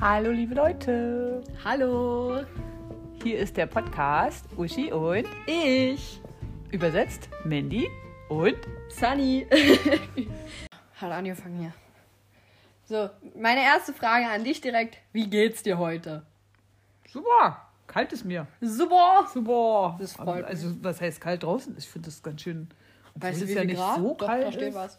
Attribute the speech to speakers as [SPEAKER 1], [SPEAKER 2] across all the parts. [SPEAKER 1] Hallo liebe Leute,
[SPEAKER 2] Hallo,
[SPEAKER 1] hier ist der Podcast Uschi und
[SPEAKER 2] ich,
[SPEAKER 1] übersetzt Mandy und
[SPEAKER 2] Sunny. Hat angefangen hier. So, meine erste Frage an dich direkt. Wie geht's dir heute?
[SPEAKER 1] super, kalt ist mir.
[SPEAKER 2] Super.
[SPEAKER 1] Super.
[SPEAKER 2] Das freut mich.
[SPEAKER 1] Also was heißt kalt draußen? Ich finde das ganz schön. obwohl
[SPEAKER 2] Weißt du,
[SPEAKER 1] es
[SPEAKER 2] wie
[SPEAKER 1] ja
[SPEAKER 2] viel
[SPEAKER 1] nicht
[SPEAKER 2] Grad?
[SPEAKER 1] so
[SPEAKER 2] Doch,
[SPEAKER 1] kalt
[SPEAKER 2] da steht
[SPEAKER 1] ist,
[SPEAKER 2] was.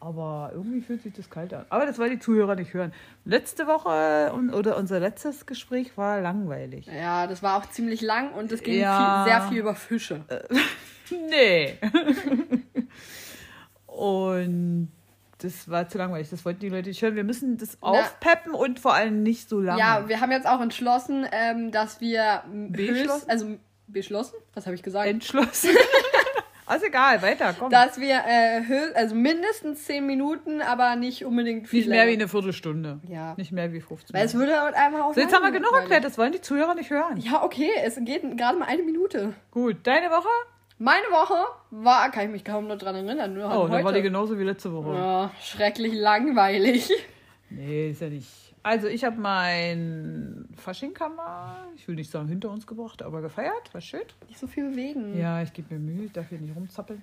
[SPEAKER 1] aber irgendwie fühlt sich das kalt an. Aber das wollen die Zuhörer nicht hören. Letzte Woche un- oder unser letztes Gespräch war langweilig.
[SPEAKER 2] Ja, das war auch ziemlich lang und es ging
[SPEAKER 1] Ja. Äh,
[SPEAKER 2] viel, sehr viel über Fische.
[SPEAKER 1] Nee. und das war zu langweilig. Das wollten die Leute nicht hören. Wir müssen das aufpeppen und vor allem nicht so lange.
[SPEAKER 2] Ja, wir haben jetzt auch entschlossen, ähm, dass wir m-
[SPEAKER 1] Beschlossen?
[SPEAKER 2] höchst, also beschlossen, was habe ich gesagt?
[SPEAKER 1] entschlossen. also egal, weiter, komm.
[SPEAKER 2] dass wir äh, höchst, also mindestens 10 Minuten, aber nicht unbedingt viel
[SPEAKER 1] nicht mehr wie
[SPEAKER 2] länger.
[SPEAKER 1] eine Viertelstunde.
[SPEAKER 2] Ja.
[SPEAKER 1] Nicht mehr wie 15
[SPEAKER 2] Weil es
[SPEAKER 1] Minuten.
[SPEAKER 2] würde halt einfach auch
[SPEAKER 1] So, jetzt haben wir genug
[SPEAKER 2] langweilig.
[SPEAKER 1] erklärt, das wollen die Zuhörer nicht hören.
[SPEAKER 2] Ja, okay, es geht gerade mal eine Minute.
[SPEAKER 1] Gut, deine Woche?
[SPEAKER 2] Meine Woche war, kann ich mich kaum noch dran erinnern, nur
[SPEAKER 1] Oh,
[SPEAKER 2] halt
[SPEAKER 1] dann war die
[SPEAKER 2] heute.
[SPEAKER 1] genauso wie letzte Woche.
[SPEAKER 2] ja, schrecklich langweilig.
[SPEAKER 1] Nee, ist ja nicht. Also ich habe mein Fasching kann man, ich will nicht sagen hinter uns gebracht, aber gefeiert, war schön.
[SPEAKER 2] Nicht so viel bewegen.
[SPEAKER 1] Ja, ich gebe mir Mühe, ich darf hier nicht rumzappeln.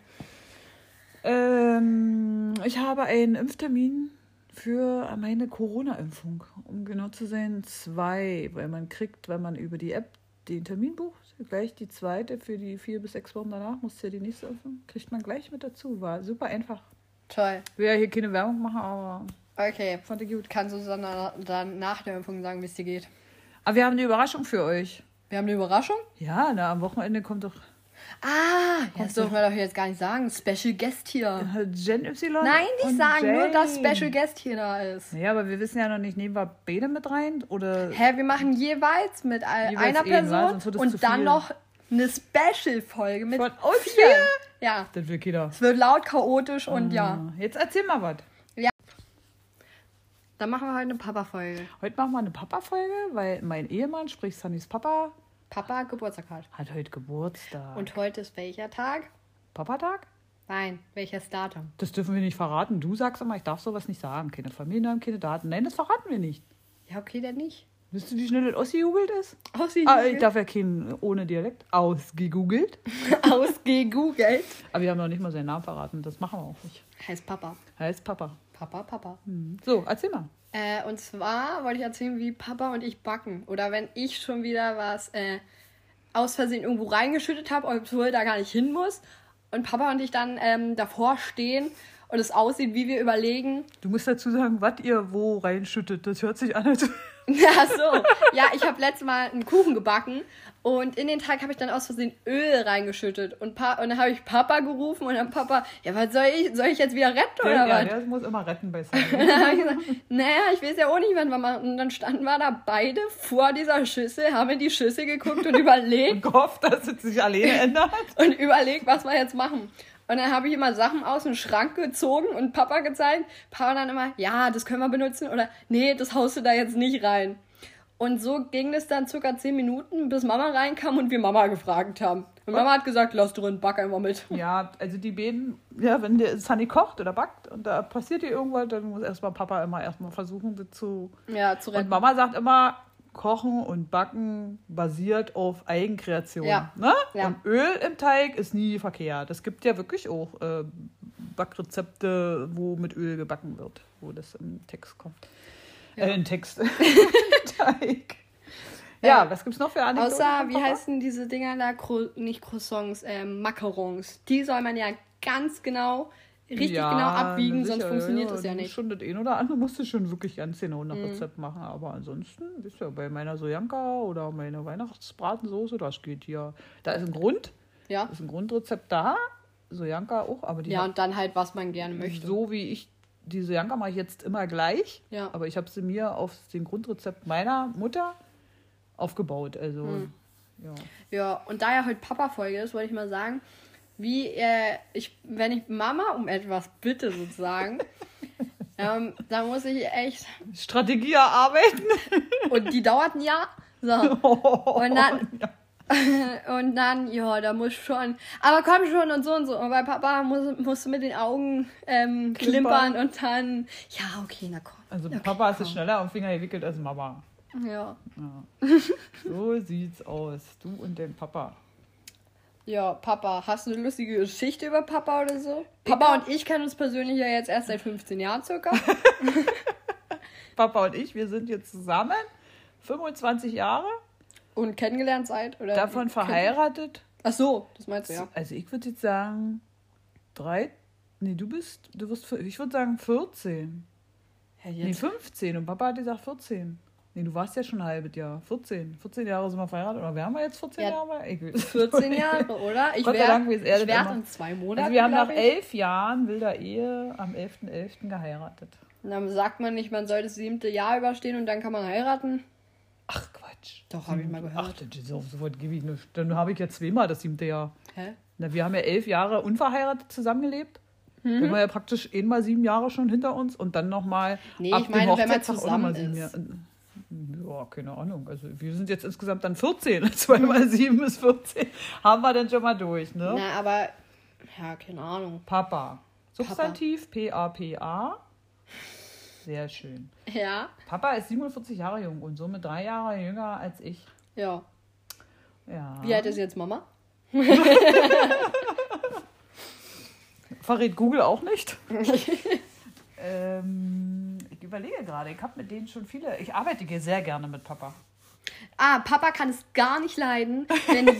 [SPEAKER 1] Ähm, ich habe einen Impftermin für meine Corona-Impfung. Um genau zu sein, zwei, weil man kriegt, wenn man über die App den Termin bucht, gleich die zweite für die vier bis sechs Wochen danach, muss ja die nächste impfen, kriegt man gleich mit dazu. War super einfach.
[SPEAKER 2] Toll.
[SPEAKER 1] Ich will ja hier keine Werbung machen, aber
[SPEAKER 2] Okay.
[SPEAKER 1] fand ich gut.
[SPEAKER 2] Kannst du dann, dann nach der Impfung sagen, wie es dir geht?
[SPEAKER 1] Aber wir haben eine Überraschung für euch.
[SPEAKER 2] Wir haben eine Überraschung.
[SPEAKER 1] Ja, na, am Wochenende kommt doch
[SPEAKER 2] Ah, das
[SPEAKER 1] du?
[SPEAKER 2] dürfen wir doch jetzt gar nicht sagen. Special Guest hier.
[SPEAKER 1] Gen Y.
[SPEAKER 2] Nein, nicht
[SPEAKER 1] und
[SPEAKER 2] sagen, nur dass
[SPEAKER 1] Jane.
[SPEAKER 2] Special Guest hier da ist.
[SPEAKER 1] Ja, aber wir wissen ja noch nicht, nehmen wir Bene mit rein oder
[SPEAKER 2] Hä, wir machen jeweils mit all-
[SPEAKER 1] Jeweils
[SPEAKER 2] einer
[SPEAKER 1] eh, ne?
[SPEAKER 2] Person
[SPEAKER 1] Sonst wird es zu
[SPEAKER 2] und dann
[SPEAKER 1] viel.
[SPEAKER 2] noch eine Special-Folge mit
[SPEAKER 1] Von uns
[SPEAKER 2] vier.
[SPEAKER 1] hier?
[SPEAKER 2] Ja,
[SPEAKER 1] das will keiner.
[SPEAKER 2] es wird laut, chaotisch und ja.
[SPEAKER 1] Ah, Jetzt erzähl mal was.
[SPEAKER 2] Dann machen wir heute eine Papa-Folge.
[SPEAKER 1] Heute machen wir eine Papa-Folge, weil mein Ehemann, sprich Sunnys Papa,
[SPEAKER 2] Papa Geburtstag hat.
[SPEAKER 1] hat heute Geburtstag.
[SPEAKER 2] Und heute ist welcher Tag?
[SPEAKER 1] Papatag?
[SPEAKER 2] Nein, welches Datum?
[SPEAKER 1] Das dürfen wir nicht verraten. Du sagst immer, ich darf sowas nicht sagen. Keine Familiennamen, keine Daten. Nein, das verraten wir nicht.
[SPEAKER 2] Ja, okay, dann nicht.
[SPEAKER 1] Wisst ihr, wie schnell das ausgegoogelt ist?
[SPEAKER 2] Ausgegoogelt.
[SPEAKER 1] Ah, ich darf ja keinen ohne Dialekt. Ausgegoogelt.
[SPEAKER 2] Ausgegoogelt.
[SPEAKER 1] Aber wir haben noch nicht mal seinen Namen verraten. Das machen wir auch nicht.
[SPEAKER 2] Heißt Papa.
[SPEAKER 1] Heißt Papa.
[SPEAKER 2] Papa, Papa.
[SPEAKER 1] Hm. So, erzähl mal.
[SPEAKER 2] Äh, und zwar wollte ich erzählen, wie Papa und ich backen. Oder wenn ich schon wieder was äh, aus Versehen irgendwo reingeschüttet habe, obwohl da gar nicht hin muss. Und Papa und ich dann ähm, davor stehen und es aussieht, wie wir überlegen.
[SPEAKER 1] Du musst dazu sagen, was ihr wo reinschüttet. Das hört sich an, als
[SPEAKER 2] Ach so. Ja, ich habe letztes Mal einen Kuchen gebacken und in den Teig habe ich dann aus Versehen Öl reingeschüttet. Und, pa und dann habe ich Papa gerufen und dann Papa, ja, was soll ich, soll ich jetzt wieder retten oder
[SPEAKER 1] ja,
[SPEAKER 2] was?
[SPEAKER 1] der muss immer retten bei Sunny.
[SPEAKER 2] Und dann hab ich gesagt, naja, ich weiß ja auch nicht, wann wir machen. Und dann standen wir da beide vor dieser Schüssel, haben in die Schüssel geguckt und überlegt
[SPEAKER 1] gehofft, dass es sich alleine ändert.
[SPEAKER 2] und überlegt, was wir jetzt machen. Und dann habe ich immer Sachen aus dem Schrank gezogen und Papa gezeigt. Papa dann immer, ja, das können wir benutzen oder nee, das haust du da jetzt nicht rein. Und so ging es dann circa 10 Minuten, bis Mama reinkam und wir Mama gefragt haben. Und Mama hat gesagt, lass drin, back einfach mit.
[SPEAKER 1] Ja, also die beiden, ja, wenn der Sunny kocht oder backt und da passiert dir irgendwas, dann muss erstmal Papa immer erstmal versuchen das zu.
[SPEAKER 2] Ja, zu
[SPEAKER 1] Und
[SPEAKER 2] retten.
[SPEAKER 1] Mama sagt immer, Kochen und Backen basiert auf Eigenkreation.
[SPEAKER 2] Ja.
[SPEAKER 1] Ne?
[SPEAKER 2] Ja.
[SPEAKER 1] Und Öl im Teig ist nie verkehrt. Es gibt ja wirklich auch äh, Backrezepte, wo mit Öl gebacken wird, wo das im Text kommt.
[SPEAKER 2] Ja.
[SPEAKER 1] Äh, im Text. Im Teig. Ja,
[SPEAKER 2] Ja.
[SPEAKER 1] was gibt's noch für Anekdoten?
[SPEAKER 2] Außer,
[SPEAKER 1] von
[SPEAKER 2] wie
[SPEAKER 1] Papa?
[SPEAKER 2] heißen diese Dinger da? Cro nicht Croissants, ähm, Macarons. Die soll man ja ganz genau, richtig
[SPEAKER 1] Ja,
[SPEAKER 2] genau
[SPEAKER 1] na
[SPEAKER 2] abwiegen, sonst
[SPEAKER 1] sicher,
[SPEAKER 2] funktioniert
[SPEAKER 1] ja,
[SPEAKER 2] es ja
[SPEAKER 1] du musst
[SPEAKER 2] nicht. Mhm.
[SPEAKER 1] Schon das eine oder andere musst du schon wirklich ganz genau nach Rezept machen. Aber ansonsten ist ja bei meiner Sojanka oder meiner Weihnachtsbratensoße, das geht hier. Da ist ein Grund,
[SPEAKER 2] Ja.
[SPEAKER 1] ist ein Grundrezept da. Sojanka auch, aber die
[SPEAKER 2] ja,
[SPEAKER 1] hat-
[SPEAKER 2] und dann halt, was man gerne möchte.
[SPEAKER 1] so wie ich die Sojanka mache ich jetzt immer gleich.
[SPEAKER 2] Ja.
[SPEAKER 1] Aber ich habe sie mir auf dem Grundrezept meiner Mutter aufgebaut. Also
[SPEAKER 2] Hm.
[SPEAKER 1] ja.
[SPEAKER 2] Ja, und da ja heute Papa-Folge ist, wollte ich mal sagen, wie äh, ich, wenn ich Mama um etwas bitte sozusagen, ähm, da muss ich echt.
[SPEAKER 1] Strategie erarbeiten.
[SPEAKER 2] Und die dauert ein Jahr. So. Und dann, und dann, ja, da muss schon, aber komm schon und so und so. Und bei Papa muss, musst du mit den Augen
[SPEAKER 1] Klimpern.
[SPEAKER 2] ähm, klimpern und dann, ja, okay, na komm.
[SPEAKER 1] Also
[SPEAKER 2] okay,
[SPEAKER 1] Papa ist
[SPEAKER 2] komm.
[SPEAKER 1] es schneller am Finger gewickelt als Mama.
[SPEAKER 2] Ja,
[SPEAKER 1] Ja. So sieht's aus. Du und dein Papa.
[SPEAKER 2] ja, Papa, hast du eine lustige Geschichte über Papa oder so? Papa und ich kennen uns persönlich ja jetzt erst seit 15 Jahren circa.
[SPEAKER 1] Papa und ich, wir sind jetzt zusammen. 25 Jahre,
[SPEAKER 2] und kennengelernt seid oder
[SPEAKER 1] davon verheiratet.
[SPEAKER 2] Ach so, das meinst du Äh, ja.
[SPEAKER 1] Also ich würde jetzt sagen, drei. Nee, du bist, du wirst, vier- ich würde sagen 14. Nee, 15. Und Papa hat gesagt 14. Nee, du warst ja schon ein halbes Jahr. 14. 14 Jahre sind wir verheiratet. Oder wir haben wir jetzt 14
[SPEAKER 2] Ja,
[SPEAKER 1] Jahre? mal? Ich weiß-
[SPEAKER 2] 14 Jahre, oder? Ich
[SPEAKER 1] Gott sei Dank, wie es erdet
[SPEAKER 2] ich werd
[SPEAKER 1] immer.
[SPEAKER 2] in zwei Monaten.
[SPEAKER 1] Also wir haben
[SPEAKER 2] glaub
[SPEAKER 1] nach
[SPEAKER 2] ich.
[SPEAKER 1] elf Jahren wilder Ehe am 11.11. geheiratet.
[SPEAKER 2] Dann sagt man nicht, man soll das siebte Jahr überstehen und dann kann man heiraten.
[SPEAKER 1] Ach Quatsch.
[SPEAKER 2] Doch, hab ich mal gehört.
[SPEAKER 1] Ach, das ist auf sofort gebe ich nicht. Dann habe ich ja zweimal das siebte Jahr.
[SPEAKER 2] Hä?
[SPEAKER 1] Na, wir haben ja elf Jahre unverheiratet zusammengelebt.
[SPEAKER 2] Mhm.
[SPEAKER 1] Dann war ja praktisch einmal sieben Jahre schon hinter uns und dann nochmal.
[SPEAKER 2] Nee, ich meine, wenn man zusammen ist.
[SPEAKER 1] Ja, keine Ahnung. Also wir sind jetzt insgesamt dann 14. Zweimal sieben ist 14. Haben wir dann schon mal durch, ne?
[SPEAKER 2] Na, aber ja, keine Ahnung.
[SPEAKER 1] Papa. Substantiv P-A-P-A. Sehr schön.
[SPEAKER 2] Ja,
[SPEAKER 1] Papa ist 47 Jahre jung und somit drei Jahre jünger als ich.
[SPEAKER 2] ja.
[SPEAKER 1] Ja.
[SPEAKER 2] Wie alt ist jetzt Mama?
[SPEAKER 1] Verrät Google auch nicht. ähm, ich überlege gerade, ich habe mit denen schon viele. Ich arbeite ge- sehr gerne mit Papa.
[SPEAKER 2] Ah, Papa kann es gar nicht leiden, wenn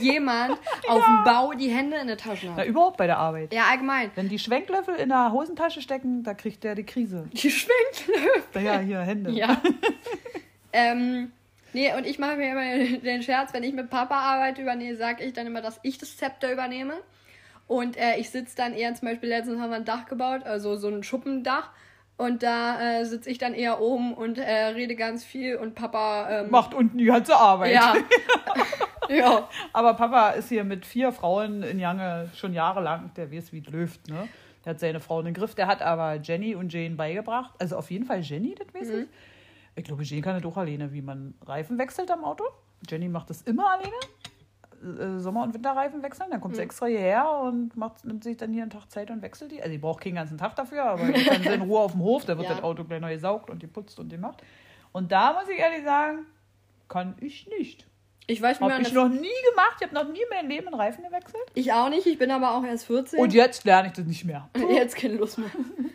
[SPEAKER 2] jemand auf dem Bau die Hände in der Tasche
[SPEAKER 1] Na,
[SPEAKER 2] hat.
[SPEAKER 1] überhaupt bei der Arbeit.
[SPEAKER 2] Ja, allgemein.
[SPEAKER 1] Wenn die Schwenklöffel in der Hosentasche stecken, da kriegt der die Krise.
[SPEAKER 2] Die schwenkt.
[SPEAKER 1] Ja, hier, Hände.
[SPEAKER 2] Ja. ähm, nee, und ich mache mir immer den Scherz, wenn ich mit Papa Arbeit übernehme, sage ich dann immer, dass ich das Zepter übernehme. Und äh, ich sitze dann eher, zum Beispiel letztens haben wir ein Dach gebaut, also so ein Schuppendach. Und da äh, sitze ich dann eher oben und äh, rede ganz viel und Papa. Ähm,
[SPEAKER 1] Macht unten die ganze Arbeit.
[SPEAKER 2] Ja. ja.
[SPEAKER 1] Aber Papa ist hier mit vier Frauen in Jange schon jahrelang, der weiß, wie es läuft. Ne? Der hat seine Frauen im Griff. Der hat aber Jenny und Jane beigebracht. Also auf jeden Fall Jenny, das weiß ich. Ich glaube, Jane kann das auch alleine, wie man Reifen wechselt am Auto. Jenny macht das immer alleine. Äh, Sommer- und Winterreifen wechseln. Dann kommt sie extra hierher und macht, nimmt sich dann hier einen Tag Zeit und wechselt die. Also, die braucht keinen ganzen Tag dafür, aber die kann sie in Ruhe auf dem Hof. Da wird
[SPEAKER 2] Ja.
[SPEAKER 1] das Auto gleich neu gesaugt und geputzt und gemacht. Und da muss ich ehrlich sagen, kann ich nicht.
[SPEAKER 2] Ich weiß nicht
[SPEAKER 1] Habe
[SPEAKER 2] mehr,
[SPEAKER 1] ich
[SPEAKER 2] ich,
[SPEAKER 1] noch nie gemacht. Ich habe noch nie in meinem Leben einen Reifen gewechselt.
[SPEAKER 2] ich auch nicht, ich bin aber auch erst 14.
[SPEAKER 1] Und jetzt lerne ich das nicht mehr.
[SPEAKER 2] jetzt keine Lust mehr.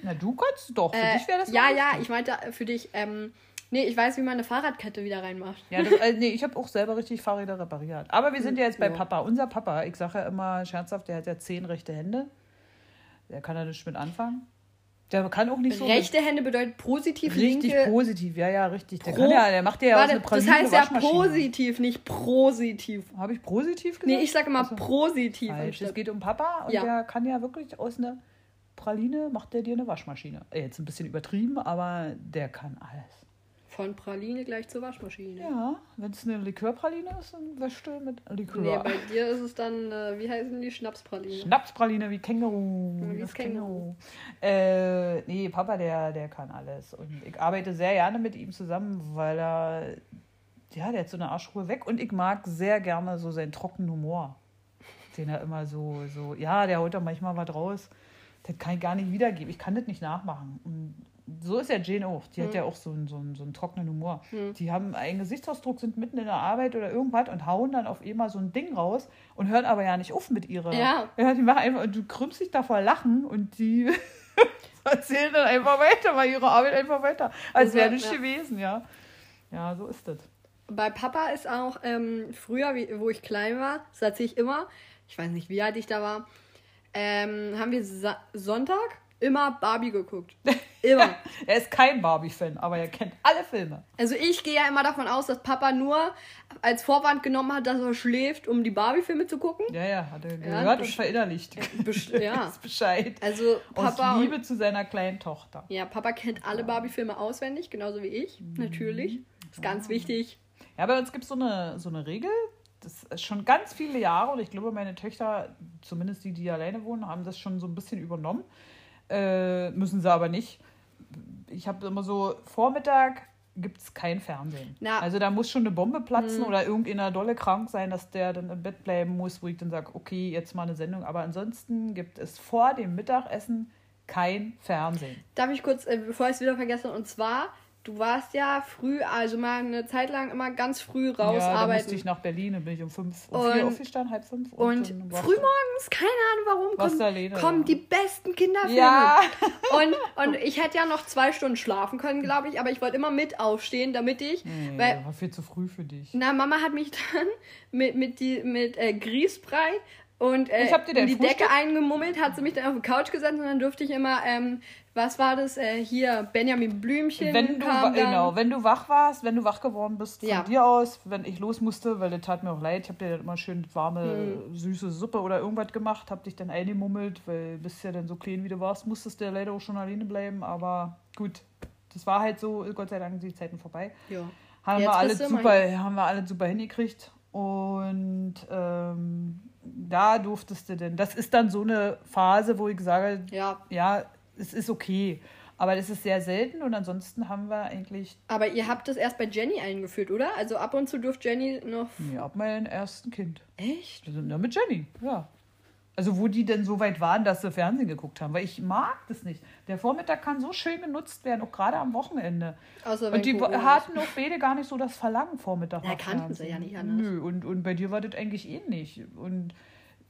[SPEAKER 1] Na, du kannst doch. Für
[SPEAKER 2] Äh,
[SPEAKER 1] dich wäre das
[SPEAKER 2] ja,
[SPEAKER 1] noch
[SPEAKER 2] ja,
[SPEAKER 1] lustig.
[SPEAKER 2] ich meinte für dich, ähm, nee, ich weiß, wie man eine Fahrradkette wieder reinmacht.
[SPEAKER 1] ja das, äh, nee, ich habe auch selber richtig Fahrräder repariert. Aber wir sind ja jetzt bei
[SPEAKER 2] Ja.
[SPEAKER 1] Papa. Unser Papa, ich sage ja immer scherzhaft, der hat ja zehn rechte Hände. Der kann da nicht mit anfangen. Der kann auch nicht so.
[SPEAKER 2] Rechte Hände bedeutet positiv,
[SPEAKER 1] Richtig
[SPEAKER 2] linke
[SPEAKER 1] positiv. Ja, ja, richtig. Der,
[SPEAKER 2] Pro-
[SPEAKER 1] kann ja, der macht ja aus
[SPEAKER 2] Warte,
[SPEAKER 1] eine
[SPEAKER 2] das
[SPEAKER 1] Praline
[SPEAKER 2] heißt ja
[SPEAKER 1] Waschmaschine.
[SPEAKER 2] positiv, nicht positiv.
[SPEAKER 1] Habe ich positiv gesagt?
[SPEAKER 2] Nee, ich sag immer
[SPEAKER 1] Ach so.
[SPEAKER 2] positiv.
[SPEAKER 1] Also Falsch. Es
[SPEAKER 2] anstatt-
[SPEAKER 1] geht um Papa und
[SPEAKER 2] Ja.
[SPEAKER 1] der kann ja wirklich aus einer Praline macht der dir eine Waschmaschine. Äh, Jetzt ein bisschen übertrieben, aber der kann alles.
[SPEAKER 2] Von Praline gleich zur Waschmaschine.
[SPEAKER 1] Ja, wenn es eine Likörpraline ist, dann wäscht du mit Likör.
[SPEAKER 2] Nee, bei dir ist es dann, äh, wie heißen die Schnapspraline?
[SPEAKER 1] Schnapspraline wie Känguru.
[SPEAKER 2] Ja, wie
[SPEAKER 1] das
[SPEAKER 2] das Känguru.
[SPEAKER 1] Äh, nee, Papa, der, der kann alles. Und ich arbeite sehr gerne mit ihm zusammen, weil er, ja, der hat so eine Arschruhe weg. Und ich mag sehr gerne so seinen trockenen Humor. Den er immer so, so, ja, der holt da manchmal was raus. Das kann ich gar nicht wiedergeben. Ich kann das nicht nachmachen. Und so ist ja Jane auch. Die
[SPEAKER 2] Hm.
[SPEAKER 1] hat ja auch so einen, so einen, so einen trockenen Humor. Die haben einen Gesichtsausdruck, sind mitten in der Arbeit oder irgendwas und hauen dann auf immer so ein Ding raus und hören aber ja nicht auf mit ihrer.
[SPEAKER 2] Ja.
[SPEAKER 1] die machen einfach, und du krümmst dich da vor Lachen und die erzählen dann einfach weiter, weil ihre Arbeit einfach weiter. Als
[SPEAKER 2] So,
[SPEAKER 1] wäre nichts
[SPEAKER 2] ja.
[SPEAKER 1] gewesen, ja. Ja, so ist das.
[SPEAKER 2] Bei Papa ist auch ähm, früher, wie, wo ich klein war, das erzähl ich immer, ich weiß nicht, wie alt ich da war, ähm, haben wir Sa Sonntag immer Barbie geguckt. Immer.
[SPEAKER 1] Er ist kein Barbie-Fan, aber er kennt alle Filme.
[SPEAKER 2] Also ich gehe ja immer davon aus, dass Papa nur als Vorwand genommen hat, dass er schläft, um die Barbie-Filme zu gucken.
[SPEAKER 1] Ja, ja, hat er gehört und
[SPEAKER 2] best-
[SPEAKER 1] verinnerlicht.
[SPEAKER 2] best- ja.
[SPEAKER 1] Ist Bescheid.
[SPEAKER 2] Also Papa
[SPEAKER 1] Aus
[SPEAKER 2] und-
[SPEAKER 1] Liebe zu seiner kleinen Tochter.
[SPEAKER 2] Ja, Papa kennt alle Barbie-Filme auswendig, genauso wie ich, natürlich. Ist ganz wichtig.
[SPEAKER 1] Mhm. Ja, bei uns gibt es so eine, so eine Regel. Das ist schon ganz viele Jahre und ich glaube, meine Töchter, zumindest die, die alleine wohnen, haben das schon so ein bisschen übernommen. Äh, müssen sie aber nicht. Ich habe immer so Vormittag gibt es kein Fernsehen.
[SPEAKER 2] Na. Mhm.
[SPEAKER 1] Also da muss schon eine Bombe platzen oder irgendeiner dolle krank sein, dass der dann im Bett bleiben muss, wo ich dann sage, okay, jetzt mal eine Sendung. Aber ansonsten gibt es vor dem Mittagessen kein Fernsehen.
[SPEAKER 2] Darf ich kurz, äh, bevor ich es wieder vergesse, und zwar, du warst ja früh, also mal eine Zeit lang immer ganz früh raus
[SPEAKER 1] ja, da musste
[SPEAKER 2] arbeiten.
[SPEAKER 1] ich nach Berlin, dann bin ich um fünf, um vier
[SPEAKER 2] Und-
[SPEAKER 1] aufgestanden, halb fünf.
[SPEAKER 2] Und
[SPEAKER 1] dann war-
[SPEAKER 2] frühmorgens, keine Ahnung warum,
[SPEAKER 1] Warst
[SPEAKER 2] kommen,
[SPEAKER 1] du alleine,
[SPEAKER 2] kommen
[SPEAKER 1] ja.
[SPEAKER 2] die besten Kinderfilme.
[SPEAKER 1] Ja.
[SPEAKER 2] Und, und ich hätte ja noch zwei Stunden schlafen können, glaube ich, aber ich wollte immer mit aufstehen, damit ich,
[SPEAKER 1] Nee,
[SPEAKER 2] weil
[SPEAKER 1] war viel zu früh für dich.
[SPEAKER 2] Na, Mama hat mich dann mit, mit, die, mit äh, Grießbrei und äh,
[SPEAKER 1] Ich hab dir
[SPEAKER 2] in
[SPEAKER 1] dein
[SPEAKER 2] die
[SPEAKER 1] Frühstück-
[SPEAKER 2] Decke eingemummelt, hat sie mich dann auf die Couch gesetzt und dann durfte ich immer, ähm, was war das, äh, hier, Benjamin Blümchen
[SPEAKER 1] Wenn du, wa-
[SPEAKER 2] kam dann.
[SPEAKER 1] genau, wenn du wach warst, wenn du wach geworden bist von
[SPEAKER 2] Ja.
[SPEAKER 1] dir aus, wenn ich los musste, weil das tat mir auch leid, ich habe dir dann immer schön warme,
[SPEAKER 2] Hm.
[SPEAKER 1] süße Suppe oder irgendwas gemacht, habe dich dann eingemummelt, weil bist ja dann so klein wie du warst, musstest du ja leider auch schon alleine bleiben, aber gut, das war halt so, Gott sei Dank sind die Zeiten vorbei.
[SPEAKER 2] Ja.
[SPEAKER 1] Haben
[SPEAKER 2] Jetzt
[SPEAKER 1] wir, alle
[SPEAKER 2] bist du
[SPEAKER 1] super, haben wir alle super hingekriegt und ähm, da durftest du denn, das ist dann so eine Phase, wo ich sage,
[SPEAKER 2] Ja,
[SPEAKER 1] ja, es ist okay. Aber das ist sehr selten und ansonsten haben wir eigentlich
[SPEAKER 2] aber ihr habt das erst bei Jenny eingeführt, oder? Also ab und zu durfte Jenny noch...
[SPEAKER 1] nee, ab meinem ersten Kind.
[SPEAKER 2] Echt?
[SPEAKER 1] Wir sind ja mit Jenny, ja. Also wo die denn so weit waren, dass sie Fernsehen geguckt haben. Weil ich mag das nicht. Der Vormittag kann so schön genutzt werden, auch gerade am Wochenende.
[SPEAKER 2] Außer wenn
[SPEAKER 1] Und die
[SPEAKER 2] Corona ist.
[SPEAKER 1] hatten auch beide gar nicht so das Verlangen Vormittag.
[SPEAKER 2] Na,
[SPEAKER 1] nach
[SPEAKER 2] kannten sie
[SPEAKER 1] Fernsehen.
[SPEAKER 2] ja nicht anders.
[SPEAKER 1] Nö, und, und bei dir war das eigentlich ähnlich. Und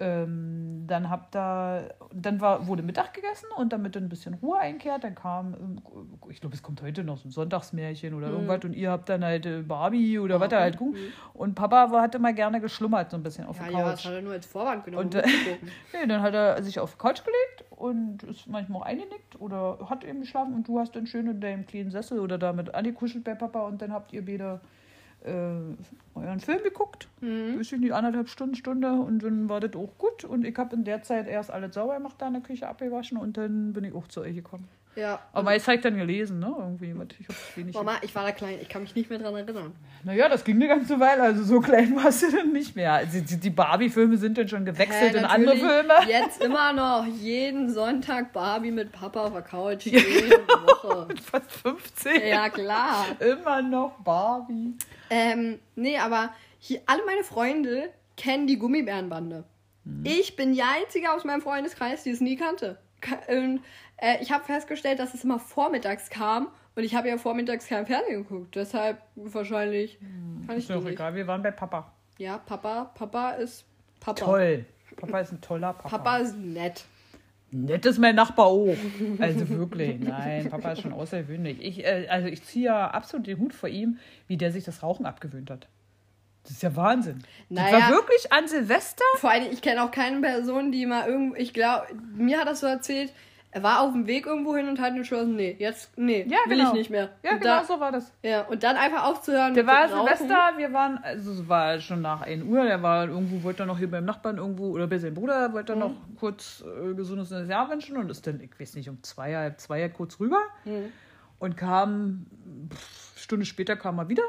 [SPEAKER 1] ähm, dann hab da, dann war, wurde Mittag gegessen und damit ein bisschen Ruhe einkehrt, dann kam, ähm, ich glaube, es kommt heute noch so ein Sonntagsmärchen
[SPEAKER 2] Mhm.
[SPEAKER 1] oder irgendwas und ihr habt dann halt äh, Barbie oder was da halt gucken. Und Papa war, hat immer gerne geschlummert so ein bisschen auf
[SPEAKER 2] Ja,
[SPEAKER 1] der
[SPEAKER 2] ja, das
[SPEAKER 1] Couch.
[SPEAKER 2] hat er nur als Vorwand genommen.
[SPEAKER 1] Und,
[SPEAKER 2] um
[SPEAKER 1] äh,
[SPEAKER 2] mitzugucken.
[SPEAKER 1] Nee, dann hat er sich auf die Couch gelegt und ist manchmal auch eingenickt oder hat eben geschlafen und du hast dann schön in deinem kleinen Sessel oder damit angekuschelt bei Papa und dann habt ihr beide äh, euren Film geguckt. Mhm. Ist die anderthalb Stunden, Stunde und dann war das auch gut und ich habe in der Zeit erst alles sauber gemacht, da in der Küche abgewaschen und dann bin ich auch zu euch gekommen.
[SPEAKER 2] ja.
[SPEAKER 1] Aber ich zeig dann gelesen, ne? Irgendwie, was- Oh, ich hab's wenig.
[SPEAKER 2] Also Mama, ich war da klein, ich kann mich nicht mehr dran erinnern.
[SPEAKER 1] Naja, das ging eine ganze Weile, also so klein warst du dann nicht mehr. Also die, die Barbie-Filme sind dann schon gewechselt
[SPEAKER 2] Hä,
[SPEAKER 1] in andere
[SPEAKER 2] natürlich.
[SPEAKER 1] Filme.
[SPEAKER 2] Jetzt immer noch jeden Sonntag Barbie mit Papa auf der Couch. Jede Woche.
[SPEAKER 1] Fast 15.
[SPEAKER 2] Ja, klar.
[SPEAKER 1] Immer noch Barbie.
[SPEAKER 2] Ähm, nee, aber hier, alle meine Freunde kennen die Gummibärenbande.
[SPEAKER 1] Mhm.
[SPEAKER 2] Ich bin die Einzige aus meinem Freundeskreis, die es nie kannte. Ka- Und äh, ich habe festgestellt, dass es immer vormittags kam und ich habe ja vormittags kein Fernsehen geguckt. Deshalb wahrscheinlich kann ich
[SPEAKER 1] Ist doch
[SPEAKER 2] die nicht.
[SPEAKER 1] egal, wir waren bei Papa.
[SPEAKER 2] Ja, Papa, Papa ist Papa.
[SPEAKER 1] Toll. Papa ist ein toller Papa.
[SPEAKER 2] Papa ist nett.
[SPEAKER 1] Nett ist mein Nachbar auch. Also wirklich, nein, Papa ist schon außergewöhnlich. Ich, äh, also ich ziehe ja absolut den Hut vor ihm, wie der sich das Rauchen abgewöhnt hat. Das ist ja Wahnsinn. Das
[SPEAKER 2] Naja.
[SPEAKER 1] war wirklich an Silvester?
[SPEAKER 2] Vor allem, ich kenne auch keine Person, die mal irgendwo. Ich glaube, mir hat das so erzählt, er war auf dem Weg irgendwo hin und hat entschlossen, nee, jetzt, nee,
[SPEAKER 1] Ja,
[SPEAKER 2] will
[SPEAKER 1] genau.
[SPEAKER 2] ich nicht mehr.
[SPEAKER 1] Ja,
[SPEAKER 2] und
[SPEAKER 1] genau
[SPEAKER 2] da-
[SPEAKER 1] so war das.
[SPEAKER 2] ja, und dann einfach aufzuhören.
[SPEAKER 1] Der
[SPEAKER 2] mit
[SPEAKER 1] war
[SPEAKER 2] dem Rauchen.
[SPEAKER 1] Silvester, wir waren, also es war schon nach 1 Uhr, der war halt irgendwo, wollte er noch hier beim Nachbarn irgendwo, oder bei seinem Bruder, wollte er noch kurz äh, gesundes neues Jahr wünschen und ist dann, ich weiß nicht, um zwei, halb zwei kurz rüber und kam, pff, Stunde später kam er wieder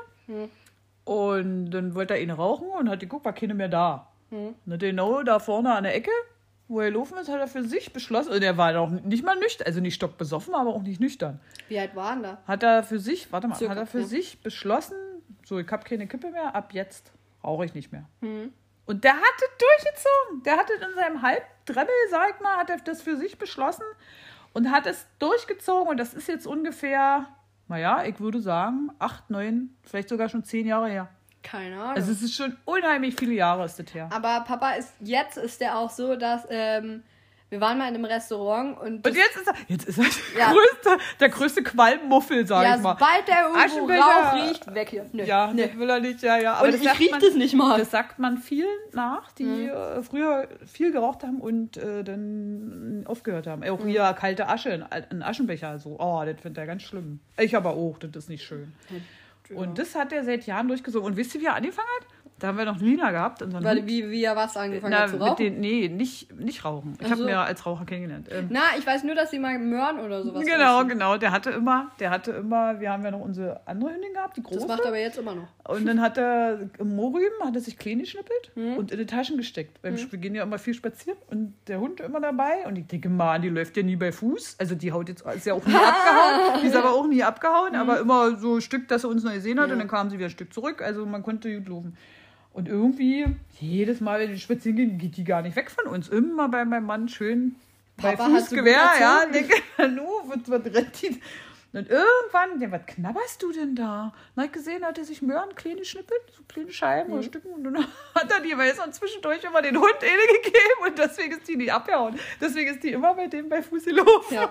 [SPEAKER 1] und dann wollte er ihn rauchen und hat geguckt, war keine mehr da. Na, genau da vorne an der Ecke, wo er gelaufen ist, hat er für sich beschlossen, und er war auch nicht mal nüchtern, also nicht stockbesoffen, aber auch nicht nüchtern
[SPEAKER 2] Wie alt waren da?
[SPEAKER 1] hat er für sich, warte mal,
[SPEAKER 2] Circa,
[SPEAKER 1] hat er für
[SPEAKER 2] ja.
[SPEAKER 1] sich beschlossen, so ich habe keine Kippe mehr, ab jetzt rauche ich nicht mehr.
[SPEAKER 2] Hm.
[SPEAKER 1] Und der hat es durchgezogen. Der hat es in seinem Halbdremmel, sag ich mal, hat er das für sich beschlossen und hat es durchgezogen. Und das ist jetzt ungefähr, naja, ich würde sagen, acht, neun, vielleicht sogar schon zehn Jahre her.
[SPEAKER 2] Keine Ahnung.
[SPEAKER 1] Also es ist schon unheimlich viele Jahre ist das her.
[SPEAKER 2] Aber Papa ist. Jetzt ist er auch so, dass. Ähm, wir waren mal in einem Restaurant und.
[SPEAKER 1] Und jetzt ist er, jetzt ist er der,
[SPEAKER 2] Ah, Ja.
[SPEAKER 1] größte, der größte Qualmuffel, sag
[SPEAKER 2] ja,
[SPEAKER 1] ich mal.
[SPEAKER 2] sobald der irgendwo
[SPEAKER 1] Aschenbecher.
[SPEAKER 2] Rauch riecht, weg hier. Nö,
[SPEAKER 1] Ja,
[SPEAKER 2] nö.
[SPEAKER 1] das will er nicht, ja, ja. Aber
[SPEAKER 2] Und
[SPEAKER 1] das
[SPEAKER 2] ich
[SPEAKER 1] sagt
[SPEAKER 2] riech
[SPEAKER 1] man-
[SPEAKER 2] das nicht mal.
[SPEAKER 1] Das sagt man vielen nach, die
[SPEAKER 2] Mhm.
[SPEAKER 1] äh, früher viel geraucht haben und äh, dann aufgehört haben. Äh,
[SPEAKER 2] Mhm.
[SPEAKER 1] Auch hier kalte Asche, in- in Aschenbecher. So, oh, das findet er ganz schlimm. Ich aber auch, das ist nicht schön. Und das hat er seit Jahren durchgesungen. Und wisst ihr, wie er angefangen hat? Da haben wir noch Lina gehabt. Unseren
[SPEAKER 2] Weil
[SPEAKER 1] Hund.
[SPEAKER 2] wie, wie er was angefangen
[SPEAKER 1] Na,
[SPEAKER 2] hat zu rauchen.
[SPEAKER 1] mit den, nee, nicht, nicht rauchen. Ich
[SPEAKER 2] Ach
[SPEAKER 1] habe
[SPEAKER 2] so.
[SPEAKER 1] ihn ja als Raucher kennengelernt. Ähm,
[SPEAKER 2] Na, ich weiß nur, dass sie mal Möhren oder sowas
[SPEAKER 1] genau,
[SPEAKER 2] essen.
[SPEAKER 1] genau. Der hatte immer, der hatte immer, wir haben ja noch unsere andere Hündin gehabt, die
[SPEAKER 2] Das
[SPEAKER 1] große.
[SPEAKER 2] macht er aber jetzt immer noch.
[SPEAKER 1] Und dann hat er im Moorrüben hat er sich klein geschnippelt
[SPEAKER 2] Hm.
[SPEAKER 1] und in die Taschen gesteckt. Beim Wir gehen ja immer viel spazieren und der Hund immer dabei. Und ich denke, Mann, die läuft ja nie bei Fuß. Also die haut jetzt, ist ja auch nie abgehauen. Die ist aber auch nie abgehauen,
[SPEAKER 2] Hm.
[SPEAKER 1] aber immer so ein Stück, dass er uns neu gesehen hat. Und dann kam sie wieder ein Stück zurück. Also man konnte gut laufen. Und irgendwie, jedes Mal, wenn die spazieren gehen, geht die gar nicht weg von uns. Immer bei meinem Mann schön
[SPEAKER 2] Papa
[SPEAKER 1] bei
[SPEAKER 2] hat so
[SPEAKER 1] Fußgewehr,
[SPEAKER 2] gut
[SPEAKER 1] ja.
[SPEAKER 2] erzogen.
[SPEAKER 1] Denke, hallo, wird was rettet. Und irgendwann, ja, was knabberst du denn da? Na, ich gesehen, hat er sich Möhren, kleine Schnippel, so kleine Scheiben oder Stücken. Und dann hat er die, weil er ist auch zwischendurch immer den Hund Ede gegeben und deswegen ist die nicht abgehauen. Deswegen ist die immer bei dem bei Fuß gelaufen.
[SPEAKER 2] Ja.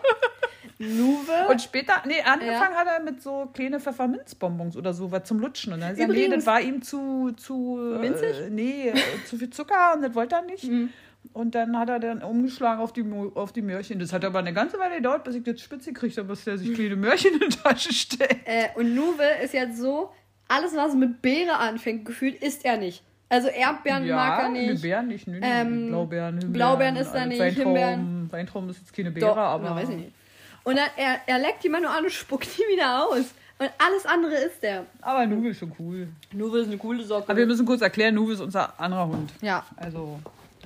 [SPEAKER 2] Nuve.
[SPEAKER 1] Und später, nee, angefangen hat er mit so kleine Pfefferminzbonbons oder so, was zum Lutschen. Und dann ist er, nee, das
[SPEAKER 2] Übrigens-
[SPEAKER 1] war ihm zu, zu,
[SPEAKER 2] Minzig?
[SPEAKER 1] äh, nee, äh, zu viel Zucker und das wollte er nicht.
[SPEAKER 2] Mhm.
[SPEAKER 1] Und dann hat er dann umgeschlagen auf die, Mo- auf die Möhrchen. Das hat aber eine ganze Weile gedauert, bis ich das spitze gekriegt habe, dass der sich kleine Möhrchen in die Tasche stellt.
[SPEAKER 2] Äh, und Nuve ist jetzt so, alles was mit Beere anfängt, gefühlt, isst er nicht. Also Erdbeeren mag er
[SPEAKER 1] nee,
[SPEAKER 2] nicht.
[SPEAKER 1] Beeren nicht, nee, nee,
[SPEAKER 2] Ähm,
[SPEAKER 1] Blaubeeren, Himbeeren.
[SPEAKER 2] Blaubeeren ist er
[SPEAKER 1] alles.
[SPEAKER 2] nicht,
[SPEAKER 1] Weintrauben,
[SPEAKER 2] Himbeeren.
[SPEAKER 1] Weintrauben ist jetzt keine Beere,
[SPEAKER 2] Doch,
[SPEAKER 1] aber...
[SPEAKER 2] na, weiß ich nicht. Und dann, er, er leckt die mal nur an und spuckt die wieder aus. Und alles andere isst er.
[SPEAKER 1] Aber Nuve ist schon cool.
[SPEAKER 2] Nuve ist eine coole Socke.
[SPEAKER 1] Aber wir müssen kurz erklären, Nuve ist unser anderer Hund.
[SPEAKER 2] ja,
[SPEAKER 1] Also,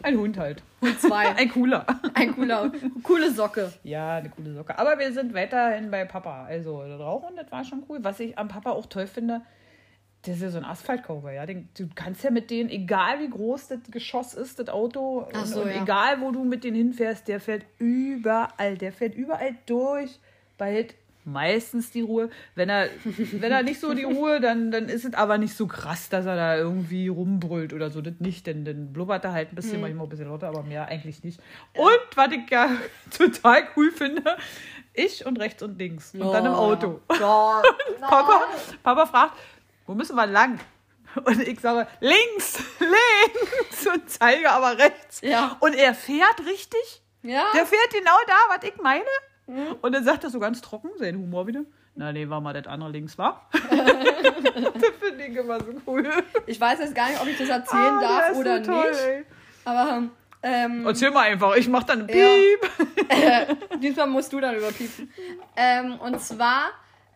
[SPEAKER 1] ein Hund halt.
[SPEAKER 2] und zwei.
[SPEAKER 1] Ein cooler.
[SPEAKER 2] Ein cooler, coole Socke.
[SPEAKER 1] Ja, eine coole Socke. Aber wir sind weiterhin bei Papa. Also, das Rauchen, das war schon cool. Was ich am Papa auch toll finde, der ist ja so ein Asphaltcowboy. Ja? Den, du kannst ja mit denen, egal wie groß das Geschoss ist, das Auto,
[SPEAKER 2] Ach
[SPEAKER 1] und,
[SPEAKER 2] so,
[SPEAKER 1] und
[SPEAKER 2] ja.
[SPEAKER 1] egal wo du mit denen hinfährst, der fährt überall. Der fährt überall durch. Behält meistens die Ruhe. Wenn er, wenn er nicht so die Ruhe, dann, dann ist es aber nicht so krass, dass er da irgendwie rumbrüllt oder so. Das nicht, denn dann blubbert er halt ein
[SPEAKER 2] Mhm.
[SPEAKER 1] bisschen, manchmal ein bisschen lauter, aber mehr eigentlich nicht. Und was ich ja total cool finde, ich und rechts und links. Und dann
[SPEAKER 2] Oh,
[SPEAKER 1] im Auto.
[SPEAKER 2] Ja.
[SPEAKER 1] Papa, Papa fragt, wo müssen wir lang? Und ich sage, links, links und zeige aber rechts.
[SPEAKER 2] Ja.
[SPEAKER 1] Und er fährt richtig.
[SPEAKER 2] ja.
[SPEAKER 1] Der fährt genau da, was ich
[SPEAKER 2] Mhm.
[SPEAKER 1] meine. Und dann sagt er so ganz trocken, sein Humor wieder. Na, nee, war mal das andere links, war. das finde ich immer so cool.
[SPEAKER 2] Ich weiß jetzt gar nicht, ob ich das erzählen
[SPEAKER 1] Ah, der
[SPEAKER 2] darf
[SPEAKER 1] ist so
[SPEAKER 2] oder
[SPEAKER 1] toll,
[SPEAKER 2] nicht.
[SPEAKER 1] ey.
[SPEAKER 2] Aber ähm,
[SPEAKER 1] Erzähl mal einfach, ich mach dann Piep.
[SPEAKER 2] Diesmal musst du dann überpiepen. ähm, und zwar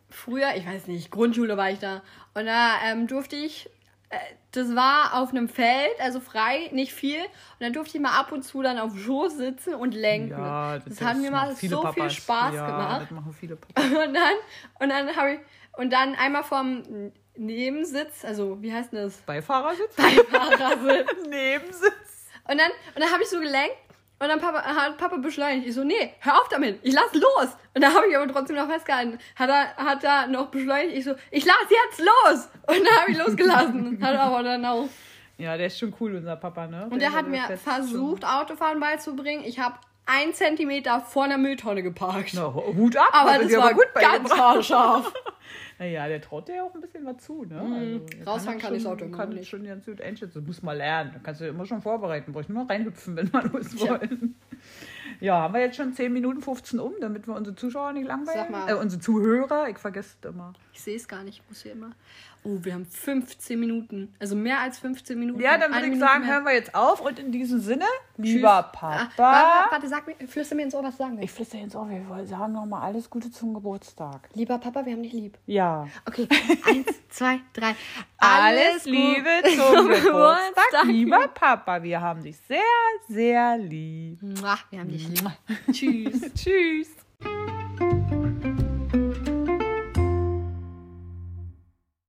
[SPEAKER 2] früher, ich weiß nicht, Grundschule war ich da. Und da ähm, durfte ich, äh, das war auf einem Feld, also frei, nicht viel. Und dann durfte ich mal ab und zu dann auf dem Schoß sitzen und lenken. das, hat mir mal
[SPEAKER 1] macht viele
[SPEAKER 2] so viel
[SPEAKER 1] Papas.
[SPEAKER 2] Spaß
[SPEAKER 1] ja,
[SPEAKER 2] gemacht.
[SPEAKER 1] Das machen viele Papas.
[SPEAKER 2] Und dann, und dann habe ich, und dann einmal vom Nebensitz, also wie heißt denn das?
[SPEAKER 1] Beifahrersitz?
[SPEAKER 2] Beifahrersitz.
[SPEAKER 1] Nebensitz.
[SPEAKER 2] Und dann, und dann habe ich so gelenkt und dann Papa, hat Papa beschleunigt. Ich so, nee, hör auf damit, ich lass los. Und dann habe ich aber trotzdem noch festgehalten. Hat er, hat er noch beschleunigt. Ich so, ich lass jetzt los. Und dann habe ich losgelassen. hat er aber dann auch.
[SPEAKER 1] Ja, der ist schon cool, unser Papa, ne?
[SPEAKER 2] Und der hat mir
[SPEAKER 1] fährt
[SPEAKER 2] versucht, Autofahren beizubringen. Ich habe einen Zentimeter vor einer Mülltonne geparkt.
[SPEAKER 1] schon- Na, Hut ab, also
[SPEAKER 2] Aber
[SPEAKER 1] hat er
[SPEAKER 2] das
[SPEAKER 1] dir
[SPEAKER 2] war gut ganz
[SPEAKER 1] beigebracht.
[SPEAKER 2] haarscharf.
[SPEAKER 1] Naja, der traut dir Ah, ja auch ein bisschen was zu, ne? der
[SPEAKER 2] Mhm. Rausfahren
[SPEAKER 1] das
[SPEAKER 2] kann ich das
[SPEAKER 1] schon-
[SPEAKER 2] Auto immer
[SPEAKER 1] kann
[SPEAKER 2] noch
[SPEAKER 1] das
[SPEAKER 2] nicht.
[SPEAKER 1] schon ganz gut einschätzen. Muss mal lernen. Da kannst du ja immer schon vorbereiten. Brauche ich nur noch reinhüpfen, wenn wir los
[SPEAKER 2] Tja.
[SPEAKER 1] wollen. Ja, haben wir jetzt schon 10 Minuten 15 um, damit wir unsere Zuschauer nicht langweilen.
[SPEAKER 2] Sag mal.
[SPEAKER 1] Äh, unsere Zuhörer, ich vergesse es immer.
[SPEAKER 2] Ich sehe es gar nicht, ich muss hier immer. Oh, wir haben 15 Minuten. Also mehr als 15 Minuten.
[SPEAKER 1] Ja, dann
[SPEAKER 2] Mhm. Eine
[SPEAKER 1] würde ich
[SPEAKER 2] Minute
[SPEAKER 1] sagen,
[SPEAKER 2] mehr.
[SPEAKER 1] hören wir jetzt auf. Und in diesem Sinne,
[SPEAKER 2] Tschüss.
[SPEAKER 1] lieber
[SPEAKER 2] Ah,
[SPEAKER 1] Papa.
[SPEAKER 2] warte, warte, sag mir, flüster mir ins Ohr, was du sagen willst.
[SPEAKER 1] ich flüstere jetzt auf, wir sagen nochmal alles Gute zum Geburtstag.
[SPEAKER 2] Lieber Papa, wir haben dich lieb.
[SPEAKER 1] Ja.
[SPEAKER 2] Okay, eins, zwei, drei.
[SPEAKER 1] Alles
[SPEAKER 2] gut.
[SPEAKER 1] Liebe zum Geburtstag,
[SPEAKER 2] Geburtstag.
[SPEAKER 1] lieber Papa. Wir haben dich sehr, sehr lieb.
[SPEAKER 2] Mua, Wir haben dich lieb. Tschüss.
[SPEAKER 1] Tschüss.